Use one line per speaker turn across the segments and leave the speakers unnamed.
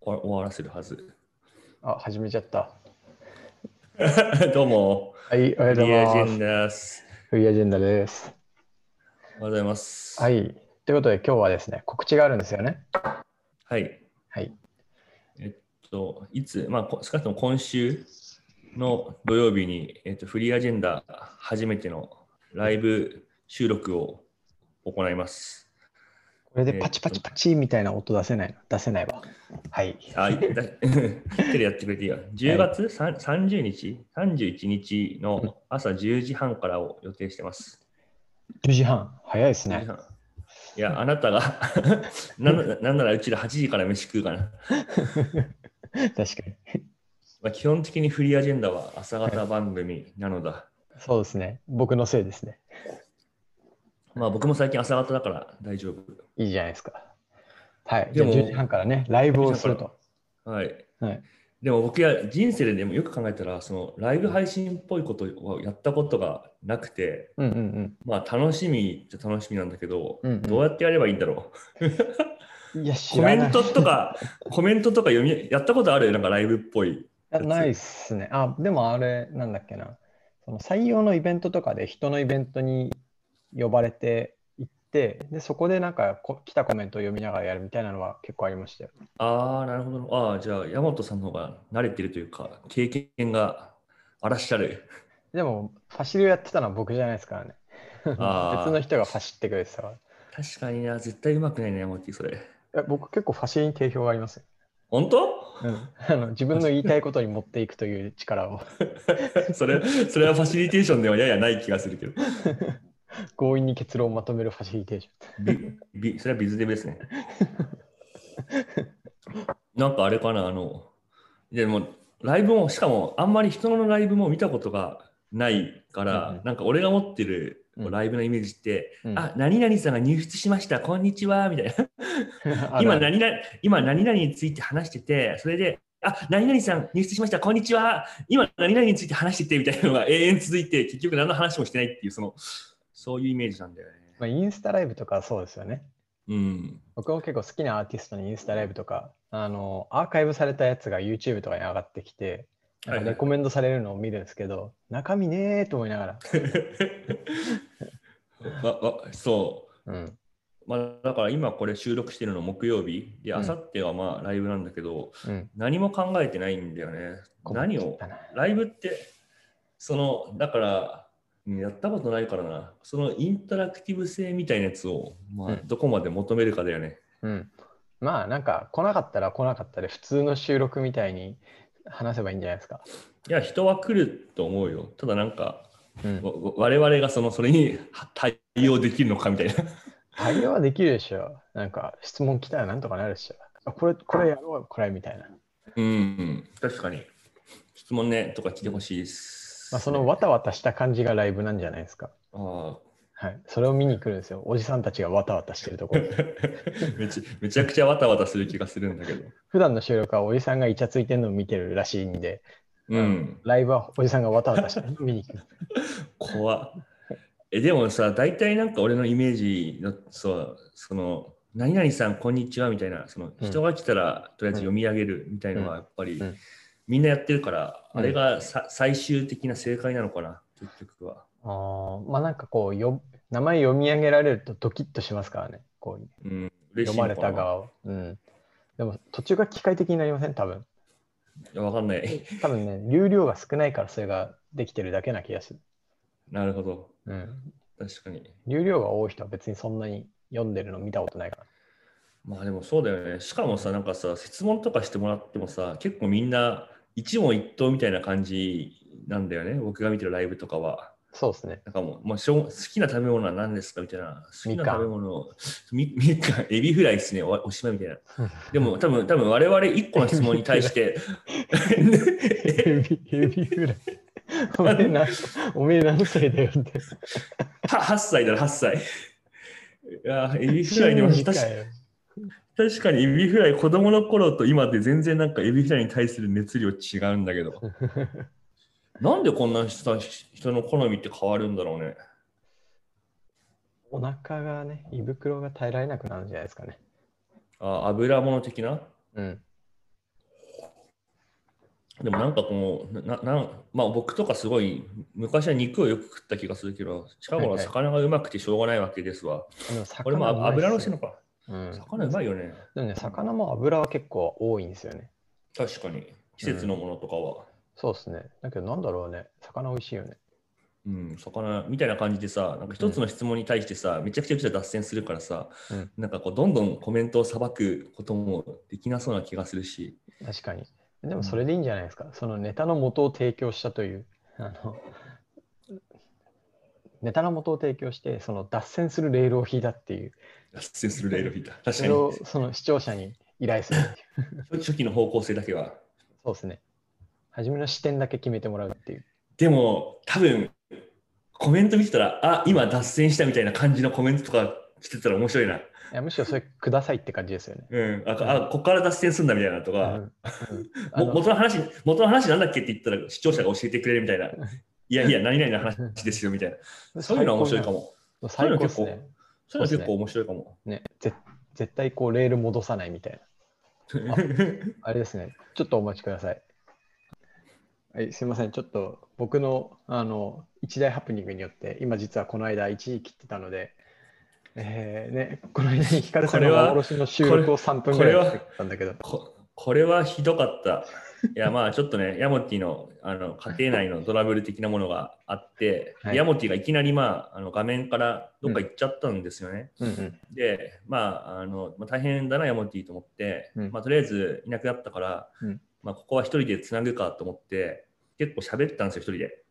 終わ終わらせるはず。
あ、始めちゃった。
どうも、
はい、おはよう
リ
ござい
エ
ま
ジ
す
ン。です。
フリーアジェンダで
お
す。
はようございます。
は。い。ということで、今日はですね、告知があるんですよね。
はい。
はい。
えっと、いつ、まあ、こ少なくとも今週の土曜日に、えっと、フリーアジェンダ初めてのライブ収録を行います。
これでパチパチパチみたいな音出せないの出せないわ。はい。
あ、 いだ 手でやってくれていいよ。10月さん30日、31日の朝10時半からを予定してます。
10時半。早いですね。
いや、あなたが なんな、なんならうちら8時から飯食うかな。
確かに。
まあ、基本的にフリーアジェンダは朝方番組なのだ。
そうですね。僕のせいですね。
まあ僕も最近朝方だから大丈夫。
いいじゃないですか。はい。じ
で
ゃあ
も
10時半からね、ライブをすると。
はい。
はい。
でも僕や人生ででもよく考えたら、そのライブ配信っぽいことをやったことがなくて、
うんうん
まあ楽しみっちゃ楽しみなんだけど、
うんうん
どうやってやればいいんだろ
うん。いや、
う。
知
コ
ら
メ
ない
ン。トとか、コメントとか読み、やったことあるなんかライブっぽい。
あないっすね。あ、でもあれ、なんだっけな。その採用のイベントとかで人のイベントに呼ばれて行って、で、そこでなんかこ来たコメントを読みながらやるみたいなのは結構ありましたよ。
ああ、なるほど。ああ、じゃあ、山本さんの方が慣れてるというか、経験があらっしゃる。
でも、ファシリをやってたのは僕じゃないですからね。
あー
別の人がファシってくれてたから。い
確かにな、絶対うまくないね、山本、それ。
や僕結構ファシリに定評がありますよ。
本当
うん、 あの自分の言いたいことに持っていくという力を
それ、それはファシリテーションではややない気がするけど。
強引に結論をまとめるファシリテーション。
ビビそれはビズデブですね。 なんかあれかな、あの、でも、ライブも、しかも、あんまり人のライブも見たことがないから、
うんうん
なんか俺が持ってる
うん
ライブのイメージって、
うん
あ、何々さんが入室しました、こんにちは、みたいな。
あ
今
の
何々今何々について話してて、それで、あ何々さん入室しました、こんにちは、今何々について話しててみたいなのが 永遠続いて、結局何の話もしてないっていう、そのそういうイメージなんだよね。
まあ、インスタライブとかはそうですよね。
うん、
僕も結構好きなアーティストのインスタライブとか、あの、アーカイブされたやつが YouTube とかに上がってきて、なん
は
か
いは
レ
い
コメンドされるのを見るんですけど、中身ねーと思いながら。
わわそ
うん。
う、まあ、だから今これ収録してるの木曜日で、
うん
あさってはまあライブなんだけど、
うん。
何も考えてないんだよね。何を
困っちゃっ
ライブって、その、だから、うんやったことないからな、そのインタラクティブ性みたいなやつを、まあ
う、ん
どこまで求めるかだよね。
たなうん。まあなんか来なかったら来なかったで、普通の収録みたいに話せばいいんじゃないですか。
いや、人は来ると思うよ。ただ、なんか、
うん。
わわ我々がそのそれには対応できるのかみたいな。
対応はできるでしょ。なんか質問来たらなんとかなるでしょ。あこれ、これやろう、これみたいな。
うん、うん、確かに。質問ねとか来てほしいです。
まあそのわたわたした感じがライブなんじゃないですか。
あ
はい。それを見に来るんですよ。おじさんたちがわたわたしてるところ。
ーめちめちゃくちゃわたわたする気がするんだけど。
普段の収録はおじさんがイチャついてるのを見てるらしいんで、
うん、
ライブはおじさんがわたわたして見に行く。
怖っえでもさ大体なんか俺のイメージのそうその何々さんこんにちはみたいなその
うん
人が来たらとりあえず読み上げるみたいのはやっぱり、
うん
みんなやってるから、
うん
あれがさ最終的な正解なのかな結局は、
あーまあなんかこうよ、名前読み上げられるとドキッとしますからね。こう
うん、嬉しい
読
の
ま
かな
れた側を。うん。でも途中が機械的になりません多分。
いやわかんない
多分ね、流量が少ないからそれができてるだけな気がする。
なるほど
うん。
確かに
流量が多い人は別にそんなに読んでるの見たことないから。
まあでもそうだよねしかもさなんかさ質問とかしてもらってもさ結構みんな一問一答みたいな感じなんだよね僕が見てるライブとかは
そうですね。
なんかもう、まあ、しょう好きな食べ物は何ですかみたいな。好き
み
な
かん
食べ物、みみかん、エビフライですね、おおしまいみたいな。でも多分、多分我々1個の質問に対して、
エビ、エビぐらい。おめえな、おめえ何歳だよって。
は8歳だろ、8歳。いやエビフライには確
信
か
じたよ
確かにエビフライ、子供の頃と今で全然なんかエビフライに対する熱量違うんだけ ど。なんでこんな人人の好みって変わるんだろうね。
お腹がね、胃袋が耐えられなくなるんじゃないですかね。
あ油物的な
うん。
でもなんかこの、ななんまあ、僕とかすごい昔は肉をよく食った気がするけど、近頃は魚がうまくてしょうがないわけですわ。
でも
これもあ油のせいのか。
魚うま
魚うまい
いっすよ
よね。
うん。でもね、魚も油は結構多いんですよね。
確かに。季節のものとかは。
そうですね。だけどなんだろうね。魚美味しいよね。
うん、魚みたいな感じでさ、なんか一つの質問に対してさ、めちゃくちゃうちは脱線するからさ、
うん
なんかこう、どんどんコメントをさばくこともできなそうな気がするし、
確かに。でもそれでいいんじゃないですか。そのネタの元を提供したという。あのネタの元を提供して、その脱線するレールを引いたっていう。
脱線するレールを引いた。確
そ
かに、
れをその視聴者に依頼するっていう。
初期の方向性だけは。
そうですね。初めの視点だけ決めてもらうっていう。
でも、多分コメント見てたら、あ今脱線したみたいな感じのコメントとかしてたら面白いな。
いやむしろそれくださいって感じですよね。
うん、あ、あここから脱線するんだみたいなと
うん
か、
うんあ
も
の
元の話、元の話なんだっけって言ったら視聴者が教えてくれるみたいな。いやいや、何々の話ですよみたいな。 そういうのは面白いかも。
最高です
そういうの
ね。
そういうの結構面白いかも。
ねぜ絶対こうレール戻さないみたいな。あれですね。ちょっとお待ちください。はい、すいません。ちょっと僕のあの一大ハプニングによって、今実はこの間1位切ってたので、えーね、この間に光さんの
これは
幻の収録を3分ぐらい
これは
やってたんだけど、
こ これはひどかった。いやまあちょっとね、ヤモティのあの家庭内のトラブル的なものがあって、
はい
ヤモティがいきなり、まあ、あの画面からどっか行っちゃったんですよね。
うんうん
で、まああのまあ、大変だな、ヤモティと思って、
うん
まあ、とりあえずいなくなったから、
うん
まあ、ここは一人でつなぐかと思って、結構喋ったんですよ、一人で。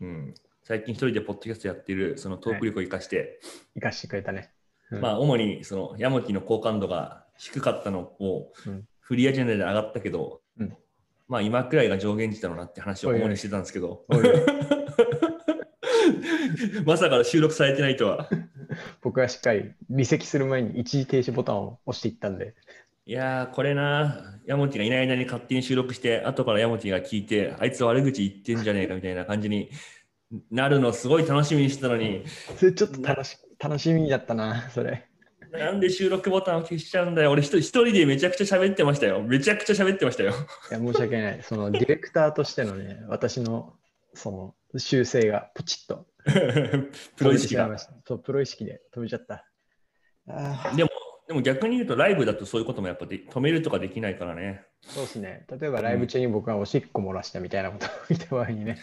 うん、最近一人でポッドキャストやってる、そのトーク力を生かして。
生かしてくれたね。うん
まあ、主にそのヤモティの好感度が低かったのを
うん
フリーアジェンダで上がったけど、
うん
まあ今くらいが上限値だろうなって話を
おいおい
主にしてたんですけど、
おいおい
まさか収録されてないとは。
僕はしっかり離席する前に一時停止ボタンを押していったんで、
いやー、これな、ヤモティがいない間に勝手に収録して、後からヤモティが聞いて、あいつ悪口言ってんじゃねえかみたいな感じになるのすごい楽しみにしてたのに、
それちょっと楽し楽しみだったな、それ。
なんで収録ボタンを消しちゃうんだよ。俺一人一人でめちゃくちゃ喋ってましたよ。めちゃくちゃ喋ってましたよ。
いや申し訳ない。そのディレクターとしてのね、私のその修正がポチッと
プロ意識
止
が
めてしまいま。した。そう、プロ意識で止めちゃった。ああ、
でも、でも逆に言うと、ライブだとそういうこともやっぱで止めるとかできないからね。
そうですね。例えばライブ中に僕がおしっこ漏らしたみたいなことを言った場合 にね。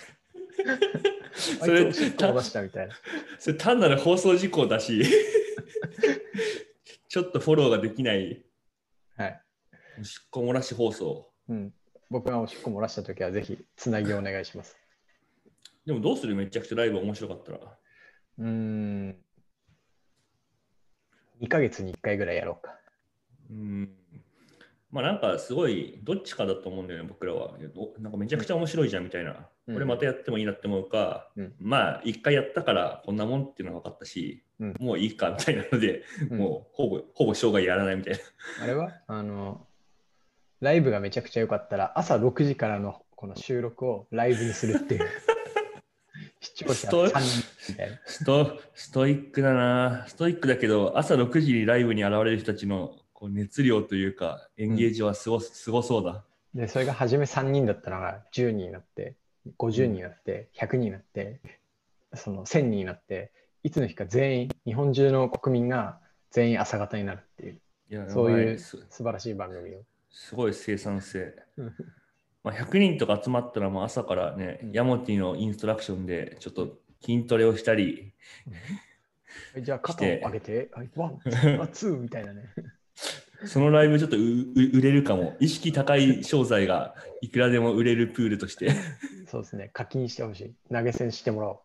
あ
そ
いつ
れ
おしっこ漏らしたみたいな。
それ単なる放送事項だし、 ちょっとフォローができない、
はい。
おしっこ漏らし放送。
うん。僕がおしっこ漏らしたときはぜひつなぎをお願いします。
でもどうするめちゃくちゃライブ面白かったら。
うーん。2ヶ月に1回ぐらいやろうか。
うん。まあなんかすごい、どっちかだと思うんだよね、僕らは。おなんかめちゃくちゃ面白いじゃんみたいな。
うん
これまたやってもいいなって思うか、
うん
まあ一回やったからこんなもんっていうのが分かったし、
うん
もういいかみたいなので、
うん
もうほぼ、ほぼ生涯やらないみたいな。
あれはあの、ライブがめちゃくちゃ良かったら、朝6時からのこの収録をライブにするっ ていう。視聴者
そう
3人みたいな。
ストストイックだなストイックだけど朝6時にライブに現れる人たちのこう熱量というかエンゲージはすご,、すごそうだ
で、それが初め3人だったのが10人になって、50人になって、100人になって、その1000人になって、いつの日か全員、日本中の国民が全員朝方になるっていう、
いや
そういう
やばす
素晴らしい番組を。
すごい生産性
うん
まあ100人とか集まったらもう朝からね、
うん
ヤモティのインストラクションでちょっと筋トレをしたり
じゃあ肩を上げて、はいワン、ツー、ツーみたいなね。
そのライブちょっとうう売れるかも意識高い商材がいくらでも売れるプールとして
そうですね、課金してほしい。投げ銭してもらおう。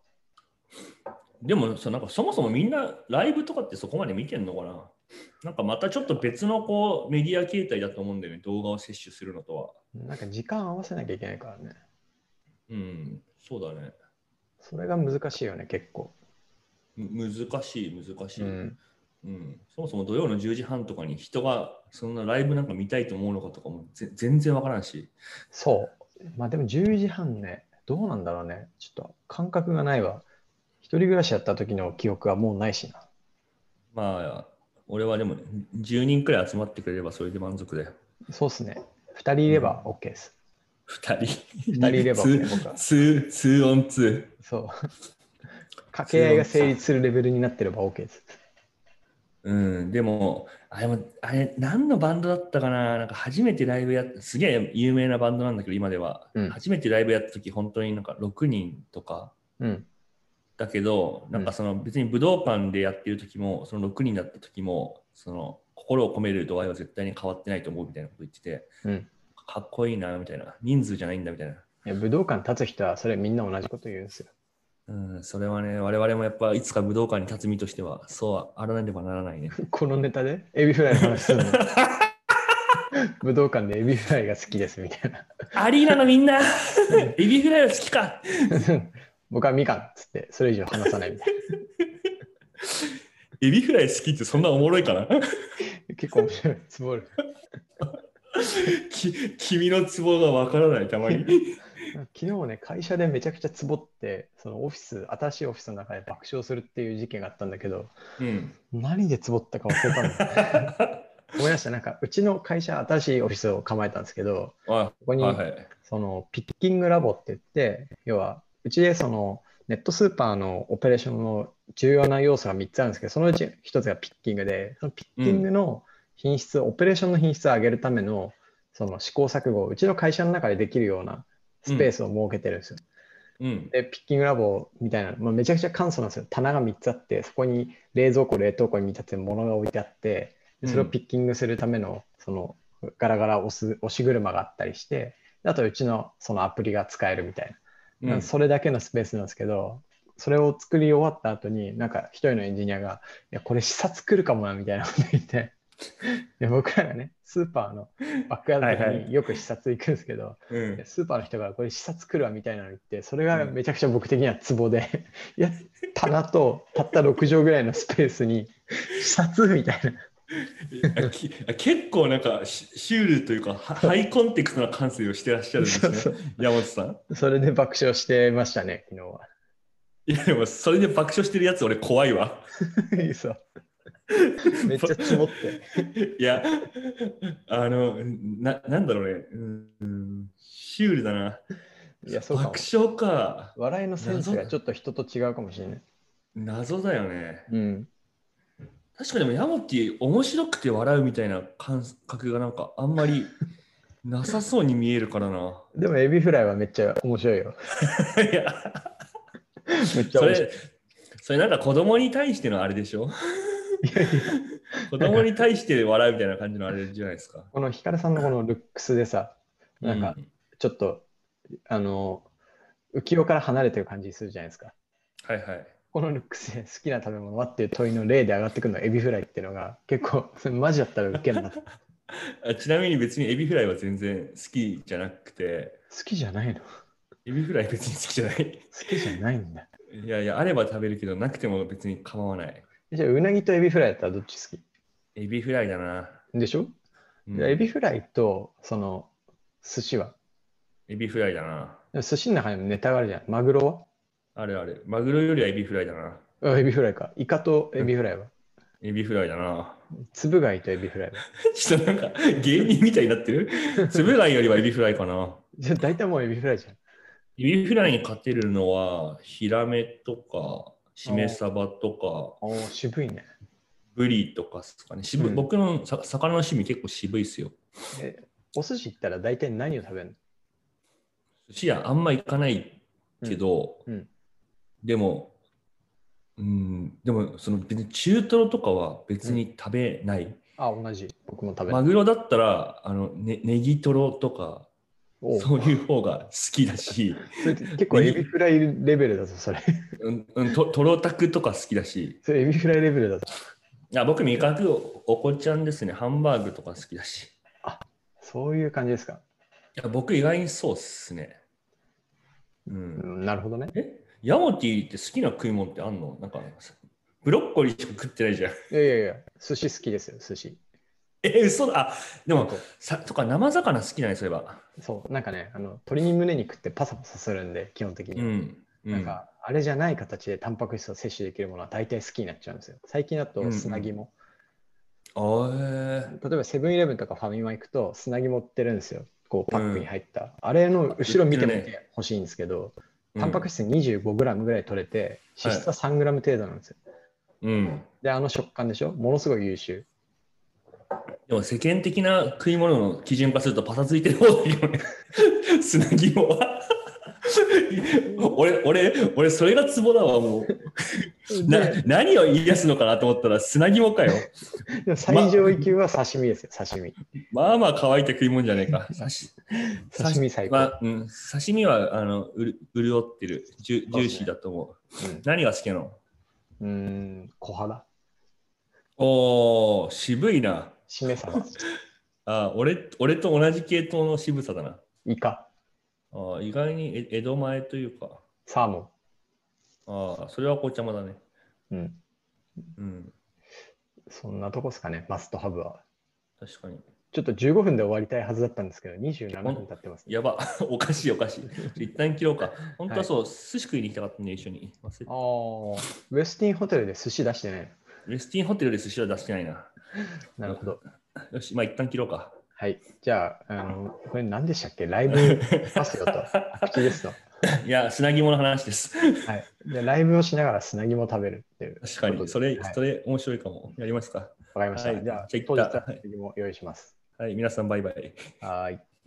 でもさなんかそもそもみんなライブとかってそこまで見てんのかななんかまたちょっと別のこうメディア形態だと思うんだよね、動画を摂取するのとは。
なんか時間合わせなきゃいけないからね。
うん、そうだね。
それが難しいよね、結構。
む難しい、難しい、
う
うん
ん。
そもそも土曜の10時半とかに人がそんなライブなんか見たいと思うのかとかもぜ全然わからんし、
そう。まあでも10時半ね、どうなんだろうね。ちょっと感覚がないわ。一人暮らしやった時の記憶はもうないしな。
まあ、俺はでも10人くらい集まってくれればそれで満足だよ。
そうっすね。2人いれば OK です。
2人。
二人いれ ば
ツ
僕
ー
は
ツーツーオンツ
そう。 掛け合いが成立するレベルになってれば OK です。
ー。うん、でも、あれも、あれ、何のバンドだったかななんか初めてライブやっすげえ有名なバンドなんだけど、今では。
うん
初めてライブやった時、本当になんか6人とか。
うん。
だけど、なんかその別に武道館でやってる時も、その6人だった時も、その心を込める度合いは絶対に変わってないと思うみたいなこと言ってて、
うん。
かっこいいな、みたいな。人数じゃないんだ、みたいな。
いや武道館立つ人はそれみんな同じこと言うんですよ。
うん、それはね、我々もやっぱいつか武道館に立つ身としては、そうはあらねばならない ね。
このネタでエビフライの話 するの武道館でエビフライが好きですみたいな。
アリーナのみん な、エビフライは好きか
僕はみかんっつってそれ以上話さないみたい
エビフライ好きってそんなおもろいかな
な。結構面白い。つぼる。
き君のツボがわからない、たまに。
昨日ね、会社でめちゃくちゃつぼって、そのオフィス、新しいオフィスの中で爆笑するっていう事件があったんだけど、
うん。
何でつぼったか忘れたんだ よね。思い出した、なんかうちの会社、新しいオフィスを構えたんですけど、
あ
ここに
はいはい。
そのピッキングラボって言って、要は、うちでそのネットスーパーのオペレーションの重要な要素が3つあるんですけど、そのうち1つがピッキングで、そのピッキングの品質、オペレーションの品質を上げるための、その試行錯誤をうちの会社の中でできるようなスペースを設けてるんですよ。
うん。
で、ピッキングラボみたいな、まあ、めちゃくちゃ簡素なんですよ。棚が3つあって、そこに冷蔵庫、冷凍庫に見立てるものが置いてあって、でそれをピッキングするための、その、ガラガラ押す、押し車があったりして、であとうちのそのアプリが使えるみたいな、
うん
それだけのスペースなんですけど、それを作り終わった後に、なんか一人のエンジニアが、いや、これ視察来るかもな、みたいなこと言って、 で僕らがね、スーパーのバックヤード
はいは
によく視察行くんですけど、
うん、
スーパーの人がこれ視察来るわみたいなの言ってそれがめちゃくちゃ僕的にはツボで、いや棚とたった6畳ぐらいのスペースに 視察みたいな
あきあ結構なんかシシュールというかハハイコンテクストな感性をしてらっしゃるんですね、
そう
山本さん。
それで爆笑してましたね昨
いやでもそれで爆笑してるやつ俺怖いわ。
日はそう めっちゃツボって
いや、あの、ななんだろうね、うんうん、シュールだな。
いやそうかも
爆笑か、
笑いのセンスがちょっと人と違うかもしれない、
謎だよね。
うん、
確かにでもヤモティ、面白くて笑うみたいな感覚がなんかあんま りなさそうに見えるからな。
でもエビフライはめっちゃ面白 いよ
いや、
めっちゃ
そ
面白い
れ、それなんか子供に対してのあれでしょ
いやいや
子供に対して笑うみたいな感じのあれじゃないですか。
このヒカルさんのこのルックスでさ なんか
うん
ちょっとあの浮世から離れてる感じするじゃないですか
はいはい。
このルックスで好きな食べ物はっていう問いの例で上がってくるのエビフライっていうのが結構それマジだったらウケるな好
あちなみに別にエビフライは全然好きじゃなくて、
きじゃないの好
エビフライ別に好きじゃない。
きじゃないんだ
いやいや、あれば食べるけど、なくても別に構わない。
じゃあうなぎとエビフライだったらどっち好
エビフライだな。
きでしょ、
うん
じゃあエビフライとその寿司は
エビフライだな。
でも寿司の中にもネタがあるじゃんマグロ
あるある。マグロよりはエビフライだな。
はあエビフライかイカとエビフライは
エビフライだな。
つぶ貝とエビフライは
ちょっとなんか芸人みたいになって る。つぶ貝よりはエビフライかな。
じゃあ大体もうエビフライじゃん
エビフライに勝てるのは、ヒラメとか、シメサバとか、
おー渋いね
ブリとかですかね。渋い
うん
僕のさ魚の趣味結構渋いっすよ。
えお寿司行ったら大体何を食べるの
寿司屋あんま行かないけど、
うんうん
でも、うん、でもその別に中トロとかは別に食べない、
あ同じ僕も食べ
マ
る
グロだったらあの、ね、ネギトロとか
お
そうういう方が好きだし、
それ結構エビフライレベルだぞそれ
うんうん、とトロタクとか好きだし
それエビフライレベルだと。
あ僕味覚おお子ちゃんですねハンバーグとか好きだし
そういう感じですか。
いや僕意外にそうっすねう
うんん、なるほどね。
えヤモティって好きな食い物ってあんのなんかブロッコリーしか食ってないじゃん
いやいやいや、寿司好きですよ、寿司。
え、嘘だ。あ、でも
そう、
さとか生魚好きじゃないそういえば。
そう、なんかね、あの鶏に胸肉ってパサパサするんで、基本的に。
うん。う
なんか、あれじゃない形でタンパク質を摂取できるものは大体好きになっちゃうんですよ。最近だ
うんう
と
ん
砂肝、
あえ
例えばセブンイレブンとかファミマ行くと砂肝売ってるんですよ。こうパック
うん
に入った。あれの後ろ見てみ
売ってる
てほしいんですけど、
ー。
タンパク質 25g ぐらい取れて、脂質は 3g 程度なんですよ。
うん。
で、あの食感でしょものすごい優秀。
でも世間的な食い物の基準化するとパサついてる方がいいよね。 砂肝は。 俺、俺、俺、それがツボだわ、もう。な
で
何を言い出すのかなと思ったら砂肝かよ。
でも最上級は刺身ですよ、刺身。
まあまあ乾いた食い物じゃねえか。刺し
刺身最高。
まあうん、刺身はあのうる潤ってるジュ、ジューシーだと思う。何が好きなの
うん、うーん小肌。
おー、渋いな。
しめ鯖。
あ俺俺と同じ系統の渋さだな。
イカ。
あー意外にえ江戸前というか、
サーモ
あーそれは紅茶もだね。
ン。うん。
うん、
そんなとこですかね、マストハブは。
確かに。
ちょっと15分で終わりたいはずだったんですけど、27分経ってます、ね。
やば、 おかしいおかしい。一旦切ろうか。本当はそう、寿司食いに行きたかったね、一緒に。忘れ
ああ、ウェスティンホテルで寿司出してない
ウェスティンホテルで寿司は出してないな。
の。なるほど。
よし、まあ一旦切ろうか。
はい。じゃあ、あのこれ何でしたっけライブま すよと。口ですと。
いや、砂肝の話です。
はい。で、ライブをしながら砂肝を食べるっていう。
確かに、それ、
はい
それ面白いかも。やりますか。
わかりました。
はい
じゃあ、
じゃあ一旦
当日は砂肝を用意します。
はい、皆さんバイバイ。
はーい。